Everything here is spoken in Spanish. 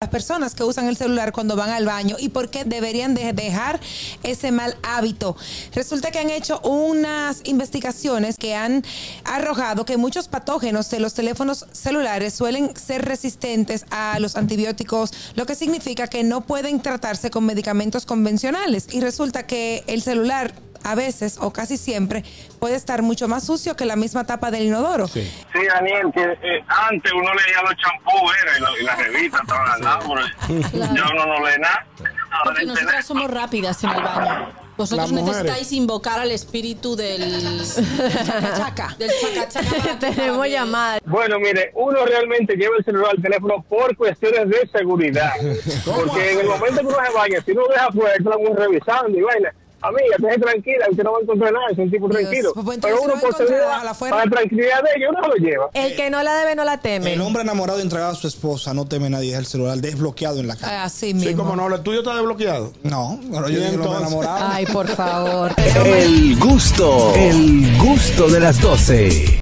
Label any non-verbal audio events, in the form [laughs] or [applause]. las personas que usan el celular cuando van al baño y por qué deberían de dejar ese mal hábito. Resulta que han hecho unas investigaciones que han arrojado que muchos patógenos de los teléfonos celulares suelen ser resistentes a los antibióticos, lo que significa que no pueden tratarse con medicamentos convencionales. Y resulta que el celular a veces o casi siempre puede estar mucho más sucio que la misma tapa del inodoro. Sí. Sí, Daniel, que, eh, antes uno leía los champús, era, y, lo- y las revistas, todas las lámparas. Ya uno no lee nada. Ahora Porque el nosotras teléfono. somos rápidas en el baño. Vosotros Las mujeres. necesitáis invocar al espíritu [laughs] del chacachaca. Del chacachaca. Tenemos llamada. Bueno, mire, uno realmente lleva el celular al teléfono por cuestiones de seguridad. Porque en el momento que uno se baña, si uno lo deja fuera, está uno revisando y vaina. Amiga, esté tranquila, usted no va a encontrar nada, es un tipo Dios, tranquilo. pues, entonces Pero no uno va a por encontrar, seguridad, ojalá fuera. para la tranquilidad de ellos, uno lo lleva. El que no la debe no la teme. El hombre enamorado y entregado a su esposa no teme a nadie, es el celular desbloqueado en la casa. Así Sí, mismo. como no, el tuyo está desbloqueado. No, pero yo ¿Y digo el hombre entonces? [laughs] Ah, enamorado. Ay, por favor. El gusto, el gusto de las doce.